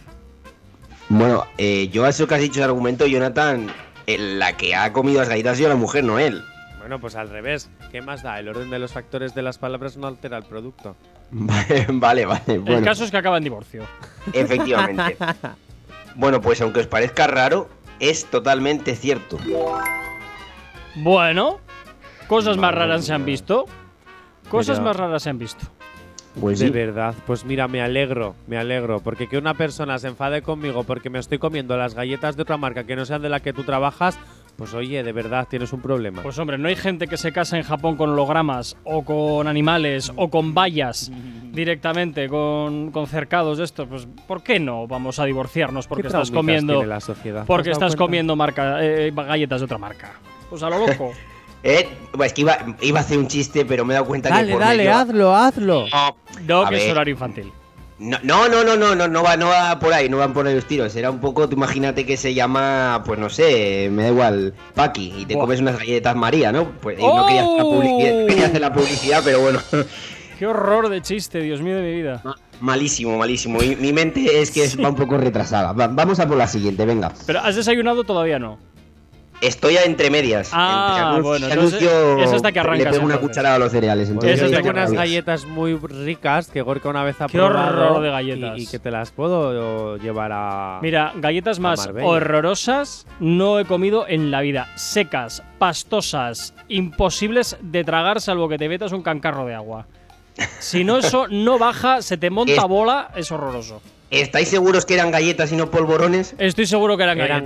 S7: Bueno, eh, yo a eso que has dicho de argumento, Jonathan, eh, la que ha comido las galletas ha sido la mujer, no él.
S2: Bueno, pues al revés. ¿Qué más da? El orden de los factores de las palabras no altera el producto.
S7: [laughs] Vale, vale, vale.
S1: El
S7: Bueno,
S1: caso es que acaba en divorcio.
S7: efectivamente. bueno, pues aunque os parezca raro, es totalmente cierto.
S1: Bueno, cosas más
S7: Madre
S1: raras se han
S7: mía.
S1: visto. Cosas
S2: Pero-
S1: más raras se han visto.
S7: Pues
S2: de
S7: sí.
S2: verdad, pues mira, me alegro, me alegro, porque que una persona se enfade conmigo porque me estoy comiendo las galletas de otra marca que no sean de la que tú trabajas, pues oye, de verdad tienes un problema.
S1: Pues hombre, no hay gente que se casa en Japón con hologramas o con animales o
S2: [laughs]
S1: con vallas directamente, con, con cercados de estos. Pues ¿por qué no vamos a divorciarnos porque
S2: ¿Qué
S1: estás
S2: traumitas
S1: comiendo
S2: tiene la sociedad?
S1: porque
S2: ¿Te has dado
S1: estás
S2: cuenta?
S1: comiendo marca eh, galletas de otra marca? Pues a lo
S2: [laughs]
S1: loco.
S7: Eh, bueno, es que iba, iba a hacer un chiste, pero me he dado cuenta que.
S2: Dale,
S7: por
S2: dale,
S7: medio-
S2: hazlo, hazlo.
S1: No,
S7: A
S1: que es
S7: ver.
S1: horario infantil.
S7: No, no, no, no, no, no, no va, no va por ahí, no van por ahí los tiros. Era un poco, tú imagínate que se llama, pues no sé, me da igual, Paqui, y te
S1: Buah.
S7: comes unas galletas María, ¿no? Pues y no quería hacer, la
S1: ¡Oh!
S7: publicidad, quería hacer la publicidad, pero bueno,
S1: Qué horror de chiste, Dios mío de mi vida.
S7: ma- malísimo, malísimo. Mi, mi mente es que es- va un poco retrasada. Va- vamos a por la siguiente, venga.
S1: Pero has desayunado todavía no.
S7: Estoy a entre medias.
S1: Ah,
S7: entre anuncio
S1: bueno,
S7: y
S1: entonces,
S7: anuncio,
S1: es hasta
S7: Le
S1: que arrancas,
S7: pego una
S1: entonces.
S7: cucharada a los cereales. entonces
S1: Esa
S2: Yo
S1: es la
S7: estoy
S2: tengo
S1: que
S2: unas
S1: rabia.
S2: galletas muy ricas que Gorka una vez ha
S1: Qué
S2: probado
S1: horror de
S2: y-
S1: galletas.
S2: Y, que te las puedo eh, llevar a...
S1: Mira, galletas más
S2: Marbella.
S1: horrorosas no he comido en la vida. Secas, pastosas, imposibles de tragar salvo que te metas un cancarro de agua. Si no, eso no baja, se te monta
S7: Es-
S1: bola, es horroroso.
S7: ¿Estáis seguros que eran galletas y no polvorones?
S1: Estoy seguro que eran,
S2: Eran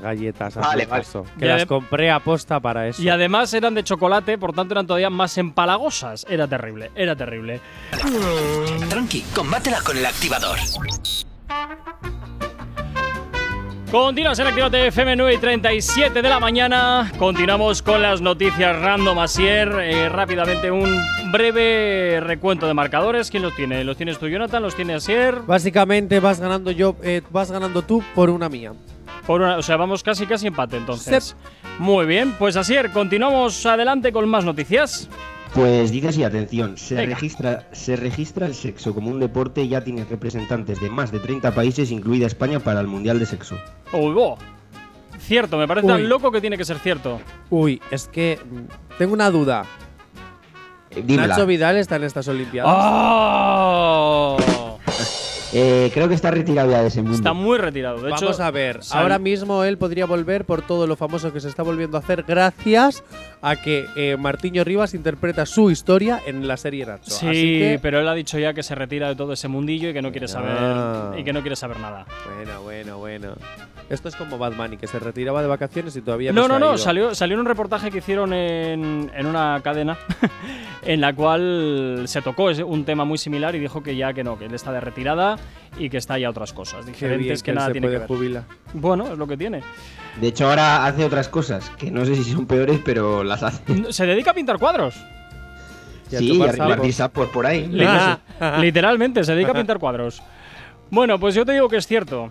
S2: galletas, galletas.
S7: Vale,
S2: hazme
S7: vale.
S2: caso, Que
S1: Ya
S2: las
S1: de-
S2: compré aposta para eso.
S1: Y además eran de chocolate, por tanto eran todavía más empalagosas. Era terrible, era terrible.
S3: Tranqui, combátela con el activador.
S1: Continuamos en Activate FM 9 y 37 de la mañana. Continuamos con las noticias random asier. Eh, rápidamente un breve recuento de marcadores. ¿Quién los tiene? ¿Los tienes tú, Jonathan? ¿Los tiene asier?
S2: Básicamente vas ganando yo, eh, vas ganando tú por una mía.
S1: Por una- o sea, vamos casi casi empate entonces. Muy bien, pues asier, continuamos adelante con más noticias.
S7: Pues dice así, atención, se
S1: Venga.
S7: registra, se registra el sexo como un deporte y ya tiene representantes de más de 30 países, incluida España, para el Mundial de Sexo.
S1: Uy, bo. Cierto, me parece tan
S2: Uy.
S1: loco que tiene que ser cierto.
S2: Uy, es que mm, tengo una duda.
S7: Eh, dímela.
S2: ¿Nacho Vidal está en estas
S1: Ah,
S2: Olimpiadas?
S1: ¡Oh!
S7: Eh, creo que está retirado ya de ese mundo.
S1: Está muy retirado. De hecho,
S2: Vamos a ver,
S1: sal-
S2: ahora mismo él podría volver por todo lo famoso que se está volviendo a hacer gracias a que eh, Martiño Rivas interpreta su historia en la serie Nacho.
S1: Sí,
S2: Así que-
S1: pero él ha dicho ya que se retira de todo ese mundillo y que no quiere
S2: Ah.
S1: saber y que no quiere saber nada.
S2: Bueno, bueno, bueno. Esto es como Bad Bunny, que se retiraba de vacaciones y todavía no
S1: No,
S2: se
S1: no,
S2: ha
S1: no,
S2: ido.
S1: salió, salió en un reportaje que hicieron en, en una cadena [laughs] en la cual se tocó ese- un tema muy similar y dijo que ya que no, que él está de retirada y que está ya a otras
S2: Qué
S1: cosas
S2: bien
S1: diferentes que
S2: él
S1: nada
S2: se
S1: tiene que
S2: puede
S1: ver.
S2: jubilar.
S1: Bueno, es lo que tiene. [laughs]
S7: De hecho, ahora hace otras cosas, que no sé si son peores, pero las hace.
S1: Se dedica a pintar
S2: [laughs]
S1: cuadros.
S2: Ah. Y a
S7: sí, y
S2: chupar
S7: a repartir
S2: sapos.
S7: sapos por ahí.
S2: Ah.
S1: Literalmente, se dedica a pintar cuadros. Bueno, pues yo te digo que es cierto.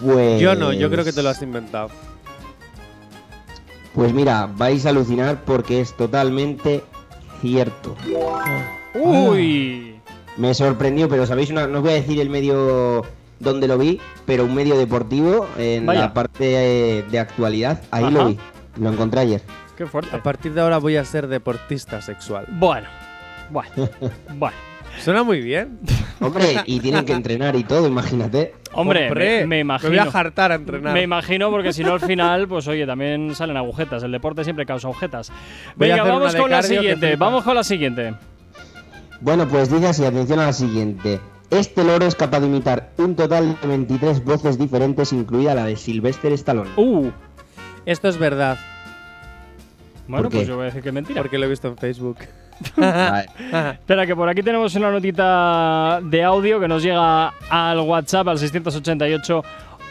S7: Pues...
S2: Yo no, yo creo que te lo has inventado.
S7: Pues mira, vais a alucinar porque es totalmente cierto.
S2: Ah.
S1: Uy.
S7: Me sorprendió, pero sabéis una, no os voy a decir el medio donde lo vi, pero un medio deportivo en
S1: Vaya.
S7: la parte eh, de actualidad, ahí
S1: Ajá.
S7: lo vi, lo encontré ayer.
S1: Qué
S2: A
S1: fuerte.
S2: partir de ahora voy a ser deportista sexual.
S1: Bueno, bueno, bueno.
S2: Suena muy bien.
S7: Hombre, y tienen
S2: [laughs]
S7: que entrenar y todo, imagínate.
S1: [laughs] Hombre, me, me imagino.
S2: Me voy a jartar a entrenar.
S1: Me imagino porque si no al final, pues oye, también salen agujetas. El deporte siempre causa agujetas.
S2: Voy a hacer
S1: Venga,
S2: una
S1: vamos
S2: de
S1: con la
S2: cardio que
S1: siguiente.
S2: flipas.
S1: Vamos con la siguiente.
S7: Bueno, pues dice así, atención a la siguiente. Este loro es capaz de imitar un total de 23 voces diferentes, incluida la de Sylvester
S1: [laughs]
S7: Stallone.
S1: Uh,
S2: Esto es verdad,
S1: bueno,
S7: ¿Por qué?
S1: pues yo voy a decir que es mentira.
S2: porque lo he visto en Facebook.
S7: Vale.
S1: Espera, que por aquí tenemos una notita de audio que nos llega al WhatsApp al 688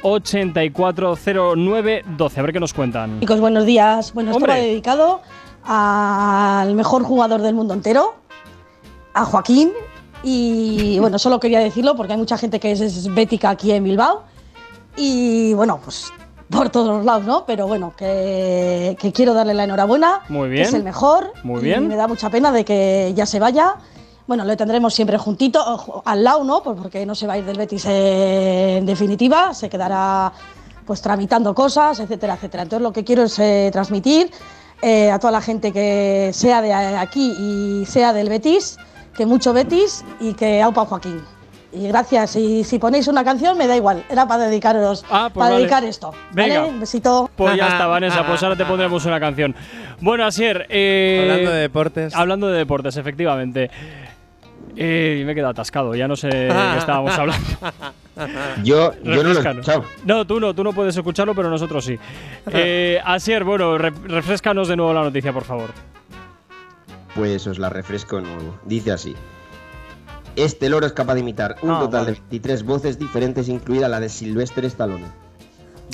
S1: 840912. A ver qué nos cuentan.
S10: Chicos, buenos días. Bueno, esto
S1: Hombre.
S10: va dedicado al mejor jugador del mundo entero, a Joaquín. Y bueno, solo quería decirlo porque hay mucha gente que es, es bética aquí en Bilbao. Y bueno, pues por todos los lados, ¿no? Pero bueno, que, que quiero darle la enhorabuena.
S1: Muy
S10: que
S1: bien.
S10: es el mejor.
S1: Muy
S10: y
S1: bien.
S10: me da mucha pena de que ya se vaya. Bueno, lo tendremos siempre juntito, o ju- al lado, ¿no? Pues porque no se va a ir del Betis eh, en definitiva, se quedará pues tramitando cosas, etcétera, etcétera. Entonces lo que quiero es eh, transmitir eh, a toda la gente que sea de aquí y sea del Betis, que mucho Betis y que aupa Joaquín. Y gracias, y si ponéis una canción me da igual, era para dedicaros,
S1: Ah, pues
S10: para
S1: vale.
S10: dedicar esto.
S1: Venga.
S10: ¿vale? Un besito.
S1: Pues ya está, Vanessa, [laughs] pues ahora te pondremos una canción. Bueno, Asier, eh,
S2: Hablando de deportes.
S1: hablando de deportes, efectivamente. Eh, me he quedado atascado, ya no sé
S7: [laughs]
S1: de qué estábamos hablando.
S7: Yo, yo no lo he
S1: Refréscanos.
S7: escuchado.
S1: No, tú no, tú no puedes escucharlo, pero nosotros sí. Eh, Asier, bueno, re- refrescanos de nuevo la noticia, por favor.
S7: Pues os la refresco de nuevo. Dice así. Este loro es capaz de imitar un
S1: Ah,
S7: total de
S1: vale.
S7: 23 voces diferentes, incluida la de Silvestre Stallone.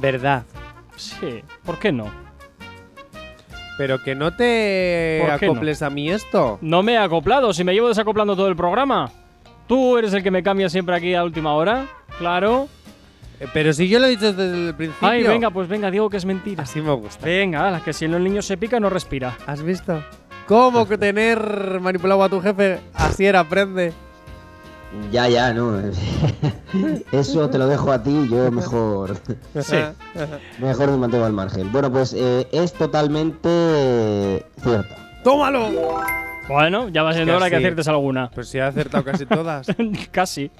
S2: Verdad.
S1: Sí, ¿por qué no?
S2: Pero que no te
S1: ¿Por qué no?
S2: acoples a mí esto.
S1: No me he acoplado, si me llevo desacoplando todo el programa. Tú eres el que me cambia siempre aquí a última hora, claro.
S2: Eh, Pero si yo lo he dicho desde el principio.
S1: Ay, venga, pues venga, digo que es mentira.
S2: Así me gusta.
S1: Venga, ala, que si el niño se pica no respira.
S2: ¿Has visto? ¿Cómo que tener manipulado a tu jefe? Así era, aprende.
S7: Ya, ya, no. [laughs] Eso te lo dejo a ti, yo mejor. [laughs]
S1: Sí.
S7: Mejor me mantengo al margen. Bueno, pues eh, es totalmente cierto.
S2: [laughs] ¡Tómalo!
S1: Bueno, ya va siendo hora que
S2: Casi.
S1: aciertes alguna. [laughs]
S2: Pues si he acertado casi todas.
S1: Casi.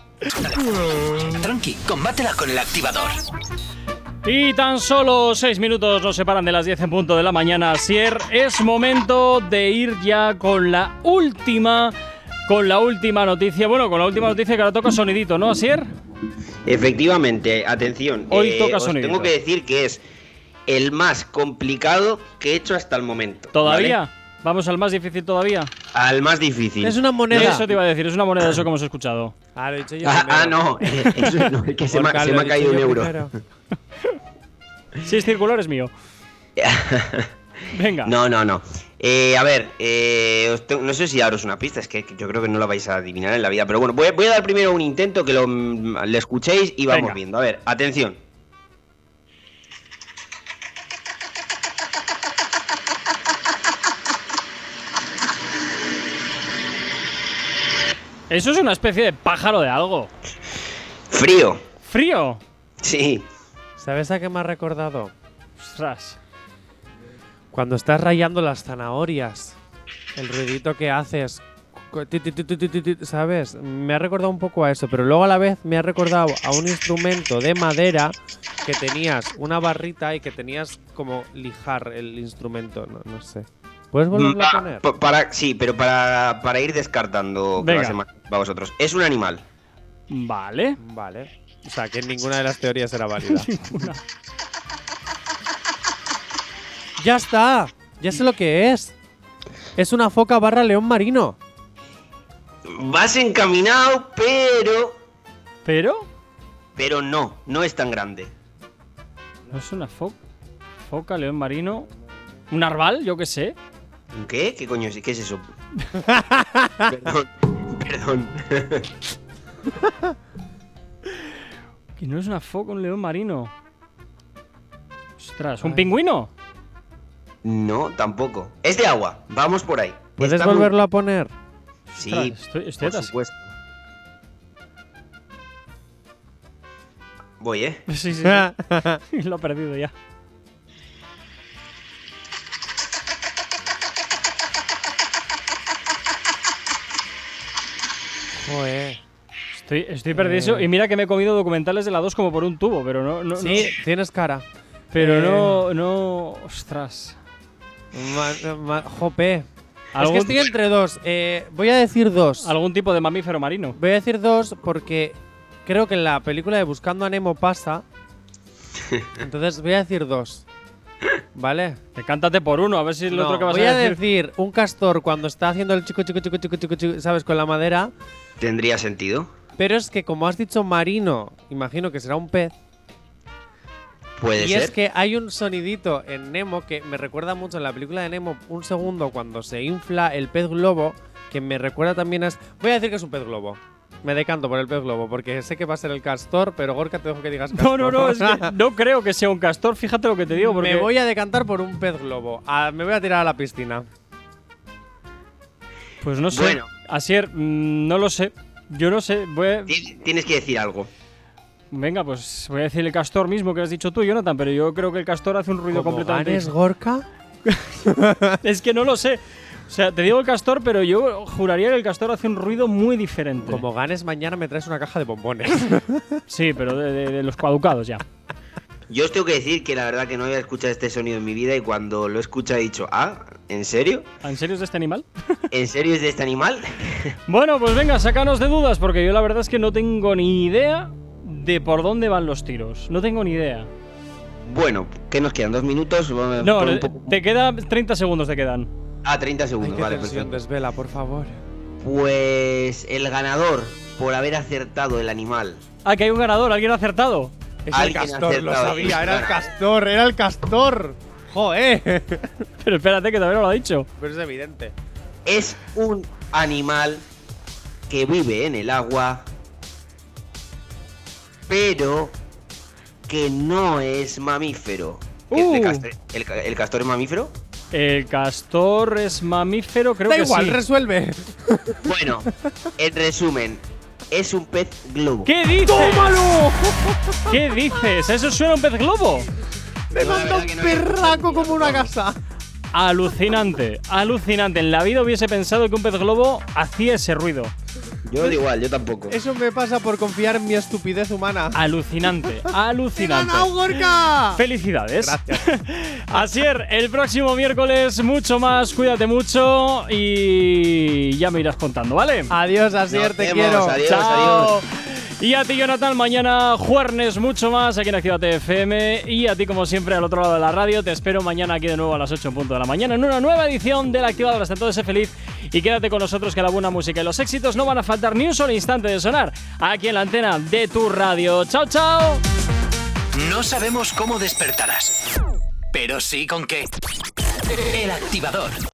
S3: Tranqui, combátela con el activador.
S1: Y tan solo seis minutos nos separan de las 10 en punto de la mañana. Sier, es momento de ir ya con [laughs] la última. Con la última noticia. Bueno, con la última noticia que ahora toca sonidito, ¿no, Asier?
S7: Efectivamente, atención. eh,
S1: Hoy toca
S7: os
S1: sonidito.
S7: Tengo que decir que es el más complicado que he hecho hasta el momento.
S1: ¿Todavía?
S7: ¿vale?
S1: Vamos al más difícil todavía.
S7: Al más difícil.
S2: Es una moneda.
S1: Eso te iba a decir, es una moneda eso que hemos escuchado.
S2: Ah, lo he dicho yo.
S7: [laughs] Ah,
S2: primero.
S7: ah, no. [laughs] Eso no, es que se, me,
S2: Gorka,
S7: se
S2: lo
S7: me
S2: he
S7: ha caído un
S2: dicho yo
S7: euro.
S2: primero.
S1: [laughs] Si es circular,
S7: [laughs]
S1: es mío. Venga.
S7: No, no, no. Eh, a ver, eh, os tengo- no sé si daros una pista, es que yo creo que no la vais a adivinar en la vida. Pero bueno, voy, a- voy a dar primero un intento que lo, mm, le escuchéis y vamos
S1: Venga.
S7: viendo. A ver, atención.
S1: Eso es una especie de pájaro de algo.
S7: Frío.
S1: Frío.
S7: Sí.
S2: ¿Sabes a qué me ha recordado?
S1: Ostras.
S2: Cuando estás rayando las zanahorias. El ruidito que haces. co- ti, ti, ti, ti, ti, ti, ¿Sabes? Me ha recordado un poco a eso, pero luego a la vez me ha recordado a un instrumento de madera que tenías una barrita y que tenías como lijar el instrumento. No, no sé. ¿Puedes volverlo a
S7: Va,
S2: poner?
S7: Ah, pa- para, sí, pero para, para ir descartando que
S1: Venga.
S7: va a ser más para vosotros. Es un animal.
S1: Vale.
S2: Vale. O sea, que ninguna de las teorías era válida. ¡Ya está! Ya sé lo que es. Es una foca barra león marino.
S7: Vas encaminado, pero.
S1: Pero.
S7: Pero no, no es tan grande.
S1: No es una foca. Foca, león marino. ¿Un narval? Yo qué sé.
S7: ¿Qué? ¿Qué coño es? ¿Qué es eso? perdón, perdón.
S1: Que no es una foca, un león marino. Ostras, ¿un pingüino?
S7: No, tampoco. Es de agua. Vamos por ahí.
S2: ¿Puedes
S7: Está muy-
S2: volverlo a poner?
S7: Sí,
S1: Ostras, estoy- estoy
S2: Pues
S7: por
S1: atascado.
S7: supuesto. Voy, ¿eh?
S1: [laughs] Sí, sí. sí.
S2: [laughs]
S1: Lo he perdido ya.
S2: Joder.
S1: Estoy, estoy perdido. Y mira que me he comido documentales de la 2 como por un tubo, pero no. no
S2: Sí, tienes cara.
S1: no- pero
S2: eh.
S1: no. No. Ostras.
S2: Ma- ma- jope. Es
S1: ¿Algún-
S2: que estoy entre dos. Eh, voy a decir dos.
S1: Algún tipo de mamífero marino.
S2: Voy a decir dos porque creo que en la película de Buscando a Nemo pasa. Entonces voy a decir dos. ¿Vale?
S1: Decántate por uno, a ver si el
S2: No,
S1: otro que vas
S2: voy
S1: a decir.
S2: decir un castor cuando está haciendo el chico, chico, chico, chico, chico, chico, ¿sabes? Con la madera.
S7: ¿Tendría sentido?
S2: Pero es que como has dicho marino, imagino que será un pez.
S7: Puede
S2: Y
S7: ser.
S2: es que hay un sonidito en Nemo que me recuerda mucho en la película de Nemo, un segundo cuando se infla el pez globo, que me recuerda también a... es- Voy a decir que es un pez globo. Me decanto por el pez globo, porque sé que va a ser el castor, pero Gorka te dejo que digas
S1: [laughs] No,
S2: castor.
S1: no, no, es
S2: [laughs]
S1: [laughs] que no creo que sea un castor, fíjate lo que te digo, porque
S2: Me voy a decantar por un pez globo. Ah, me voy a tirar a la piscina.
S1: pues no sé.
S7: Bueno.
S1: Asier, mm, no lo sé. Yo no sé, voy a-
S7: Ti- Tienes que decir algo.
S1: venga, pues voy a decir el castor mismo que has dicho tú, Jonathan, pero yo creo que el castor hace un ruido completamente.
S2: ¿Eres Gorka?
S1: Es que no lo sé. O sea, te digo el castor, pero yo juraría que el castor hace un ruido muy diferente.
S2: Como ganes mañana me traes una caja de bombones.
S1: Sí, pero de, de- de los cuaducados ya.
S7: Yo os tengo que decir que la verdad que no había escuchado este sonido en mi vida y cuando lo he escuchado he dicho, ah, ¿en serio?
S1: [laughs] ¿En serio es de este animal?
S7: ¿En serio es de este animal? [laughs]
S1: Bueno, pues venga, sácanos de dudas, porque yo la verdad es que no tengo ni idea de por dónde van los tiros. No tengo ni idea.
S7: Bueno, ¿qué nos quedan? ¿Dos minutos?
S1: No,
S7: Por un
S1: eh,
S7: poco-
S1: te queda 30 segundos te quedan.
S7: Ah, 30
S2: Ay,
S7: segundos,
S2: qué
S7: vale,
S2: tensión,
S7: perfecto.
S2: desvela, por favor.
S7: Pues el ganador por haber acertado el animal.
S1: Ah, que hay un ganador, alguien ha acertado. Eh,
S2: Es el
S7: Alguien
S2: castor, lo
S7: acertado,
S2: sabía, era el
S7: claro.
S2: castor, era el castor. ¡Joder!
S1: Pero espérate, que todavía no lo ha dicho.
S2: Pero es evidente.
S7: Es un animal que vive en el agua, pero que no es mamífero.
S1: Uh.
S7: ¿El, castor, el ca- el castor es mamífero?
S1: El castor es mamífero, creo
S2: da
S1: que
S2: igual,
S1: sí.
S2: resuelve.
S7: Bueno, en resumen, es un pez globo.
S1: ¿Qué dices? ¿Qué dices? ¿Eso suena a un pez globo?
S2: Me
S7: Yo la
S2: manda
S7: verdad
S2: un
S7: que no había
S2: perraco como una
S7: entendido.
S2: casa.
S1: Alucinante, alucinante. En la vida hubiese pensado que un pez globo hacía ese ruido.
S7: Yo da igual, yo tampoco.
S2: Eso me pasa por confiar en mi estupidez humana.
S1: Alucinante,
S2: [laughs] ¡Te he ganado,
S1: alucinante.
S2: Gorka!
S1: Ah. Felicidades. [laughs] Asier, el próximo miércoles mucho más, cuídate mucho y ya me irás contando, ¿vale?
S2: Adiós, Asier,
S7: Nos vemos,
S2: te quiero.
S7: adiós, adiós.
S1: Chao. Y a ti, Jonathan, mañana jueves mucho más aquí en Activate FM. Y a ti, como siempre, al otro lado de la radio. Te espero mañana aquí de nuevo a las 8 en punto de la mañana en una nueva edición del Activador. Hasta entonces, sé feliz y quédate con nosotros que la buena música y los éxitos no van a faltar ni un solo instante de sonar aquí en la antena de tu radio. ¡Chao, chao!
S3: [laughs] No sabemos cómo despertarás, pero sí con qué. El activador.